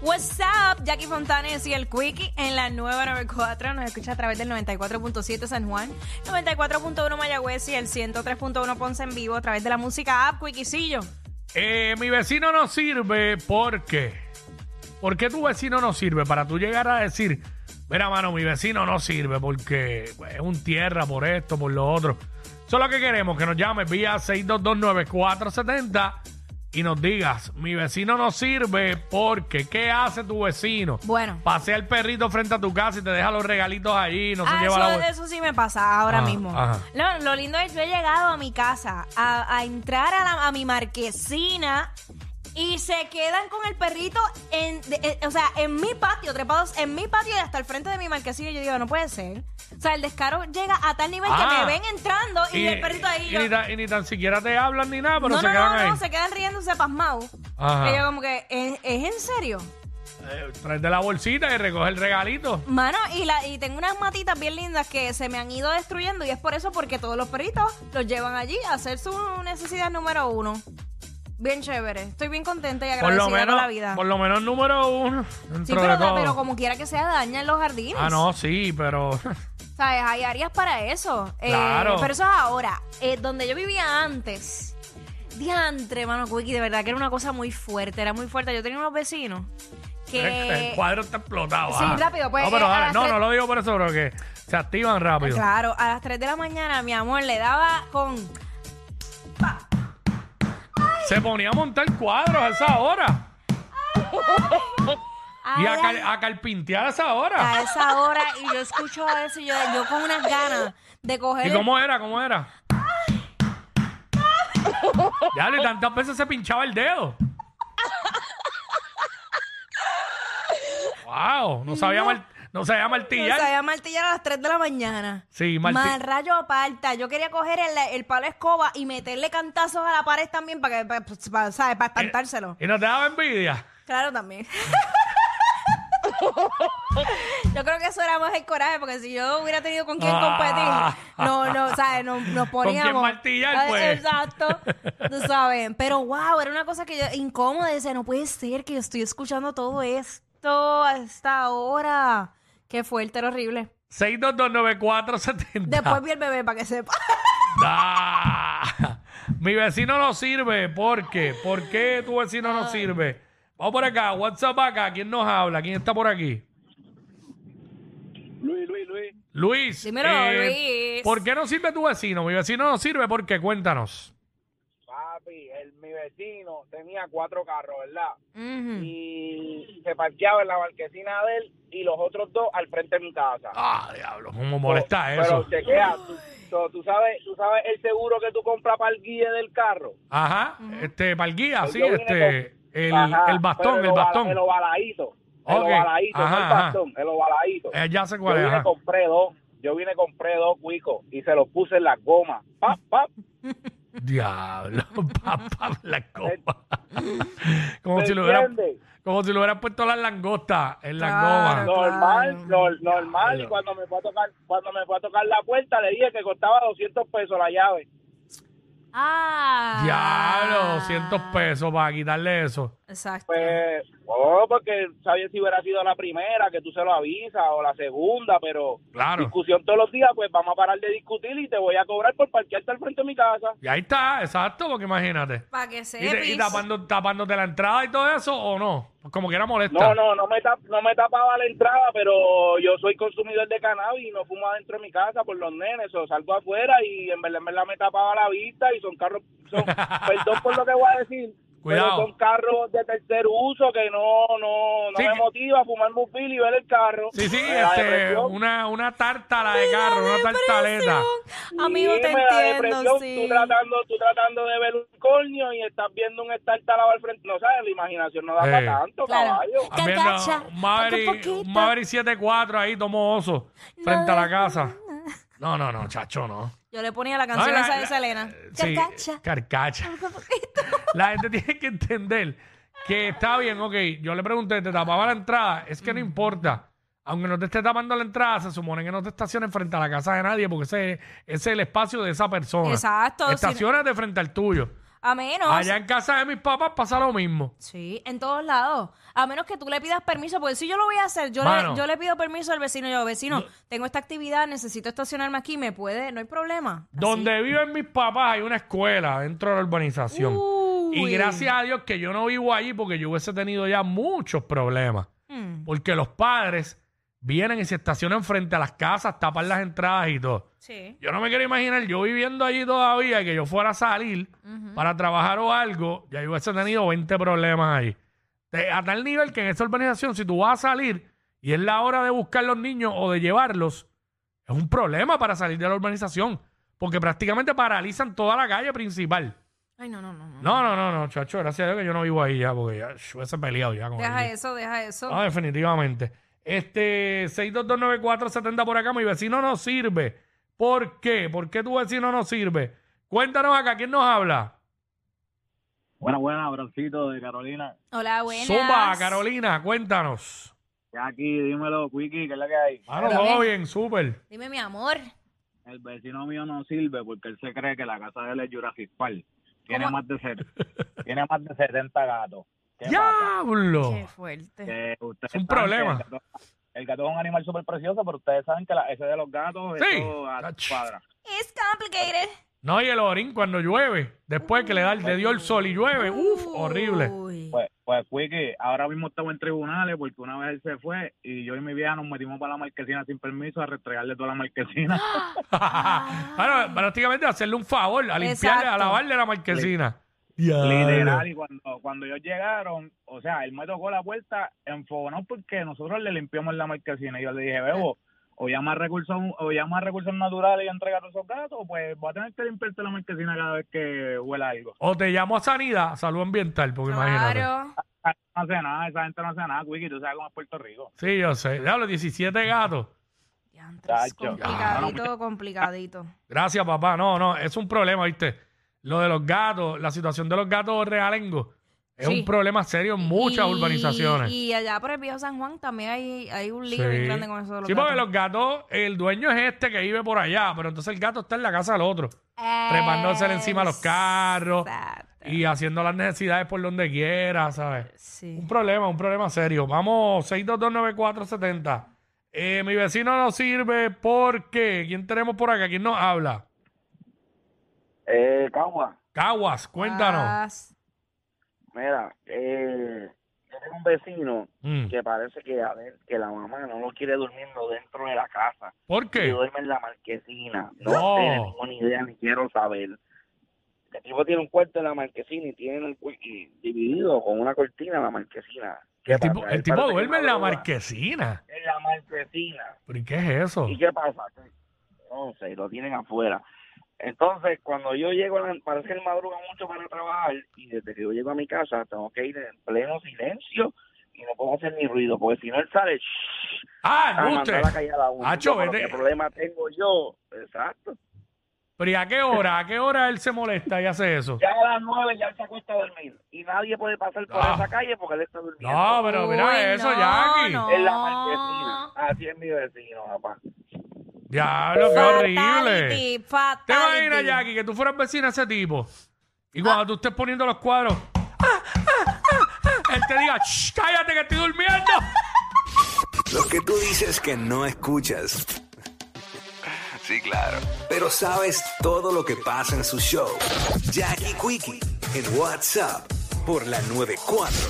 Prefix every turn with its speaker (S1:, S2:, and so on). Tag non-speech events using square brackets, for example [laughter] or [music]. S1: What's up, Jackie Fontanes y el Quickie en la 994. Nos escucha a través del 94.7 San Juan, 94.1 Mayagüez y el 103.1 Ponce en vivo a través de la música app Quickiecillo.
S2: Eh, mi vecino no sirve porque. ¿Por qué tu vecino no sirve? Para tú llegar a decir, mira, mano, mi vecino no sirve porque pues, es un tierra por esto, por lo otro. Eso es lo que queremos, que nos llames vía 6229470 y nos digas, mi vecino no sirve porque, ¿qué hace tu vecino?
S1: Bueno.
S2: Pasea el perrito frente a tu casa y te deja los regalitos ahí, no se
S1: Ah,
S2: lleva
S1: eso,
S2: la bol-
S1: eso sí me pasa ahora
S2: Ajá,
S1: mismo.
S2: ajá.
S1: No, lo lindo es yo he llegado a mi casa a, a entrar a, la- a mi marquesina y se quedan con el perrito en, de- eh, o sea, en mi patio, trepados en mi patio y hasta el frente de mi marquesina. Y Yo digo, no puede ser. O sea, el descaro llega a tal nivel que
S2: Ah.
S1: me ven entrando y, el perrito ahí.
S2: y
S1: yo-
S2: ni, tan, y ni tan siquiera te hablan ni nada, pero
S1: no,
S2: se
S1: no,
S2: quedan
S1: no,
S2: ahí.
S1: no, se quedan riéndose pasmados.
S2: Ajá.
S1: Y yo como que, ¿es, es en serio?
S2: Eh, traes de la bolsita y recoge el regalito.
S1: Mano, y, la, y tengo unas matitas bien lindas que se me han ido destruyendo y es por eso porque todos los perritos los llevan allí a hacer su necesidad número uno. Bien chévere. Estoy bien contenta y
S2: Por
S1: agradecida
S2: lo menos,
S1: con la vida.
S2: por lo menos número uno. Dentro
S1: sí,
S2: de
S1: pero,
S2: todo.
S1: pero como quiera que sea, dañan los jardines.
S2: ah, no, sí, pero [laughs]
S1: ¿Sabes? Hay áreas para eso. Eh,
S2: Claro.
S1: Pero eso es ahora. Eh, donde yo vivía antes. Diantre, mano Quickie, de verdad que era una cosa muy fuerte. Era muy fuerte. Yo tenía unos vecinos que...
S2: el cuadro está explotado.
S1: Sí,
S2: ah.
S1: rápido, pues,
S2: No, pero,
S1: eh, a
S2: ah,
S1: las
S2: no,
S1: tres-
S2: no lo digo por eso, pero que se activan rápido.
S1: Claro, a las 3 de la mañana, mi amor, le daba con...
S2: Se ponía a montar cuadros a esa hora. Y a,
S1: Ay,
S2: cal- a carpintear a esa hora.
S1: a esa hora y yo escucho eso y yo, yo con unas ganas de coger
S2: ¿Y
S1: el-
S2: cómo era? ¿Cómo [laughs] era? Ya, y tantas veces se pinchaba el dedo. wow, no sabía, mal- no sabía
S1: o
S2: martillar.
S1: sea, ya martillar a las 3 de la mañana.
S2: Sí, marti-
S1: Mal rayo aparta. Yo quería coger el, el palo escoba y meterle cantazos a la pared también para que, para, para- ¿sabes?
S2: Eh,
S1: Para espantárselo.
S2: ¿Y no te daba envidia?
S1: Claro,
S2: [laughs]
S1: también. [laughs] Yo creo que eso era más el coraje, porque si yo hubiera tenido con quién
S2: Ah.
S1: competir, no, no, ¿sabes? Nos, nos
S2: ¿Con quién
S1: poníamos.
S2: martillar,
S1: Ah,
S2: pues?
S1: Exacto,
S2: [laughs]
S1: tú sabes. Pero wow, era una cosa que yo, incómoda, decía, no puede ser que yo estoy escuchando todo esto a esta hora. Qué fuerte, era horrible.
S2: 6229470.
S1: Después vi el bebé para que
S2: [laughs]
S1: sepa.
S2: Ah, Mi vecino no sirve. ¿Por qué? ¿Por qué tu vecino no sirve? Vamos por acá. WhatsApp acá. ¿Quién nos habla? ¿Quién está por aquí?
S3: Luis, Luis, Luis.
S2: Luis. eh,
S1: Dímelo, Luis.
S2: ¿Por qué no sirve tu vecino? Mi vecino no sirve. ¿Por qué? Cuéntanos.
S3: Papi, el, mi vecino tenía cuatro carros, ¿verdad?
S2: Mm.
S1: Ujú.
S3: Y se parqueaba en la marquesina de él y los otros dos al frente de mi casa.
S2: Ah, diablo. ¿Cómo molesta
S3: Pero
S2: eso?
S3: chequea, tú, so, tú sabes, tú sabes el seguro que tú compras para el guía del carro.
S2: Ajá. Este, para el guía,
S3: Pues
S2: sí.
S3: yo vine
S2: Este,
S3: con-
S2: el,
S3: Ajá,
S2: el bastón,
S3: pero
S2: el
S3: ovala-
S2: bastón.
S3: El ovaladito. El
S2: Ok,
S3: ovaladito, no
S2: ajá,
S3: el
S2: ajá.
S3: bastón, el ovaladito.
S2: Eh, ya sé
S3: Yo
S2: cuál es.
S3: vine,
S2: ajá.
S3: compré dos. Yo vine, compré dos cuicos y se los puse en las gomas. Pap, pap.
S2: Diablo, [laughs] papá, la
S3: [laughs]
S2: copa. como,
S3: ¿Me
S2: si le hubieran,
S3: entiendes?
S2: como si le hubieran puesto las langostas en la
S1: Claro.
S2: goma.
S3: normal,
S1: Claro.
S3: nor- normal.
S2: Claro.
S3: Y cuando me fue a tocar, cuando me fue a tocar la puerta, le dije que costaba 200 pesos la llave.
S1: Ah.
S2: Diablo, 200 pesos para quitarle eso.
S1: Exacto.
S3: Pues, oh, porque sabía si hubiera sido la primera, que tú se lo avisas, o la segunda, pero
S2: Claro.
S3: discusión todos los días, pues vamos a parar de discutir y te voy a cobrar por parquearte al frente de mi casa.
S2: Y ahí está, exacto, porque imagínate.
S1: Para que
S2: Y, te- y
S1: sepas.
S2: tapando, tapándote la entrada y todo eso, ¿o no? Pues Como que era molesta.
S3: No, no, no me, tap- no me tapaba la entrada, pero yo soy consumidor de cannabis y no fumo adentro de mi casa por los nenes, o salgo afuera y en verdad, en verdad me tapaba la vista y son carros,
S2: [laughs]
S3: son, perdón por lo que voy a decir,
S2: Cuidado.
S3: pero son carros de tercer uso que no, no, no
S2: Sí,
S3: me
S2: que-
S3: motiva a fumarme un pil y ver el carro.
S2: Sí, sí,
S3: Me da
S2: este,
S3: depresión.
S2: una, una tártara de carro, una tartaleta.
S1: Depresión. Amigo,
S3: Sí,
S1: te
S3: me da
S1: entiendo,
S3: depresión,
S1: sí.
S3: Tú tratando, tú tratando de ver un cornio y estás viendo un estar talado al frente. No sabes, la imaginación no da
S2: Sí.
S3: para tanto,
S1: Claro.
S3: caballo.
S1: Que
S2: También,
S1: agacha,
S2: no, un Maverick,
S1: toca un poquito.
S2: un Maverick 7-4 ahí tomó oso
S1: No
S2: frente a la
S1: deja
S2: casa. No, no, no, chacho, no.
S1: Yo le ponía la canción
S2: No, la-
S1: esa de
S2: la-
S1: Selena.
S2: sí,
S1: Carcacha.
S2: carcacha. [laughs] La gente tiene que entender que está bien, ok. Yo le pregunté, ¿te tapaba la entrada? Es que no importa. Aunque no te esté tapando la entrada, se supone que no te estaciones frente a la casa de nadie porque ese, ese es el espacio de esa persona.
S1: Exacto, si no-
S2: Estacionate frente al tuyo.
S1: A menos.
S2: Allá en casa de mis papás pasa lo mismo.
S1: Sí, en todos lados. A menos que tú le pidas permiso, porque si yo lo voy a hacer, yo,
S2: Mano.
S1: le, yo le pido permiso al vecino. Yo, vecino, tengo esta actividad, necesito estacionarme aquí, me puede, no hay problema. Así.
S2: Donde viven mis papás hay una escuela dentro de la urbanización. Y
S1: Uy.
S2: gracias a Dios que yo no vivo allí porque yo hubiese tenido ya muchos problemas.
S1: Mm,
S2: Porque los padres vienen y se estacionan frente a las casas, tapan las entradas y todo.
S1: sí.
S2: Yo no me quiero imaginar yo viviendo allí todavía y que yo fuera a salir para trabajar o algo, ya yo hubiese tenido 20 problemas ahí. Te- A tal nivel que en esta urbanización, si tú vas a salir y es la hora de buscar los niños o de llevarlos, es un problema para salir de la urbanización, porque prácticamente paralizan toda la calle principal.
S1: Ay, no, no, no. no.
S2: No, no, no, no, chacho, gracias a Dios que yo no vivo ahí ya, porque ya sh, hubiese peleado ya con
S1: Deja
S2: ellos.
S1: eso, deja eso.
S2: No, Ah, definitivamente. Este 6229470 por acá, mi vecino no sirve. ¿Por qué? ¿Por qué tu vecino no sirve? Cuéntanos acá, ¿quién nos habla?
S4: Buena, buena, abracito de Carolina.
S1: Hola, buenas.
S2: Zumba, Carolina, cuéntanos.
S4: Ya aquí, dímelo, Quiki, ¿qué es la que hay?
S2: Mano,
S1: Pero
S2: todo
S1: bien.
S2: bien, súper.
S1: Dime, mi amor.
S4: El vecino mío no sirve porque él se cree que la casa de él es Jurassic Park. Tiene
S1: ¿Cómo?
S4: más, de set- tiene más de 70 gatos. ¿Qué pasa?
S2: ¡Diablo!
S1: Qué fuerte.
S4: Que ustedes
S2: Es
S4: saben
S2: un
S4: que
S2: problema.
S4: El gato, el gato es un animal súper precioso, pero ustedes saben que la ese de los gatos
S2: Sí.
S4: eso a-
S2: Ach.
S4: cuadra.
S1: It's complicated.
S2: No, y el orín cuando llueve, después que le, da, le dio el sol y llueve, uf, horrible. [laughs]
S1: Uy.
S4: Pues, pues Quiki, ahora mismo estamos en tribunales porque una vez él se fue y yo y mi vieja nos metimos para la marquesina sin permiso a restregarle toda la marquesina.
S2: bueno, prácticamente hacerle un favor, a limpiarle, a
S1: Exacto.
S2: lavarle la marquesina.
S4: Literal, y cuando, cuando ellos llegaron, o sea, él me tocó la puerta enfogonado porque nosotros le limpiamos la marquesina. Y yo le dije, Bebo, o llama a recursos, o llama a recursos naturales y entrega a esos gatos, o pues va a tener que limpiarte la marquesina cada vez que huela algo.
S2: O te llamo a Sanidad, salud ambiental, porque imagínate.
S1: Claro.
S4: No hace nada, esa gente no hace nada, Wiki, tú sabes cómo es Puerto Rico.
S2: Sí, yo sé. Diablo, 17 gatos.
S1: Diantres,
S4: Tacho.
S1: complicadito, complicadito.
S2: Gracias, papá. No, no, es un problema, ¿viste? Lo de los gatos, la situación de los gatos realengos es
S1: Sí.
S2: un problema serio en muchas
S1: Y-
S2: urbanizaciones.
S1: Y allá por el viejo San Juan también hay, hay un
S2: sí,
S1: lío bien grande con eso de los
S2: Sí, porque
S1: gatos.
S2: los gatos, el dueño es este que vive por allá, pero entonces el gato está en la casa del otro, trepándosele encima a los carros
S1: Exacto.
S2: y haciendo las necesidades por donde quiera, ¿sabes?
S1: Sí.
S2: Un problema, un problema serio. Vamos, 6229470. Eh, mi vecino no sirve porque... ¿Quién tenemos por acá? ¿Quién nos habla?
S3: Eh, Cagua,
S2: Caguas, cuéntanos.
S1: Ah, s-
S3: mira, eh, yo tengo un vecino
S2: Mm.
S3: que parece que a ver, que la mamá no lo quiere durmiendo dentro de la casa.
S2: ¿Por
S3: Y
S2: qué?
S3: duerme en la marquesina. No,
S2: No.
S3: tengo ni idea, ni quiero saber. El tipo tiene un cuarto en la marquesina y tiene el cu- y dividido con una cortina la marquesina. ¿Qué
S2: El tipo,
S3: pasa?
S2: el
S3: Él
S2: tipo
S3: parece que
S2: duerme en la
S3: madruga
S2: marquesina.
S3: En la marquesina.
S2: ¿Pero y qué es eso?
S3: ¿Y qué pasa? Que, No sé, lo tienen afuera. Entonces, cuando yo llego, a la- parece que él madruga mucho para trabajar y desde que yo llego a mi casa tengo que ir en pleno silencio y no puedo hacer ni ruido, porque si no él sale shhh,
S2: Ah,
S3: a
S2: embuste.
S3: mandar a callar a uno.
S2: Acho,
S3: Bueno,
S2: vete.
S3: ¿Qué problema tengo yo? Exacto.
S2: ¿Pero y a qué hora? ¿A qué hora él se molesta y hace eso?
S3: Ya a las nueve ya él se acuesta a dormir y nadie puede pasar por
S2: Ah.
S3: esa calle porque él está durmiendo.
S2: No, pero mira
S1: Uy,
S2: eso,
S1: no,
S2: Jackie.
S1: no.
S3: En la marquesina. Así es mi vecino, papá.
S2: Diablo, qué horrible.
S1: Fatality,
S2: ¿Te
S1: fatality.
S2: imaginas, Jackie, que tú fueras vecina a ese tipo? Y cuando
S3: Ah.
S2: tú estés poniendo los cuadros, ah, ah, ah, ah, él te diga, "Shh, cállate que estoy durmiendo.
S5: Los que tú dices que no escuchas. Sí, claro. Pero sabes todo lo que pasa en su show. Jackie Quickie en WhatsApp por la 94.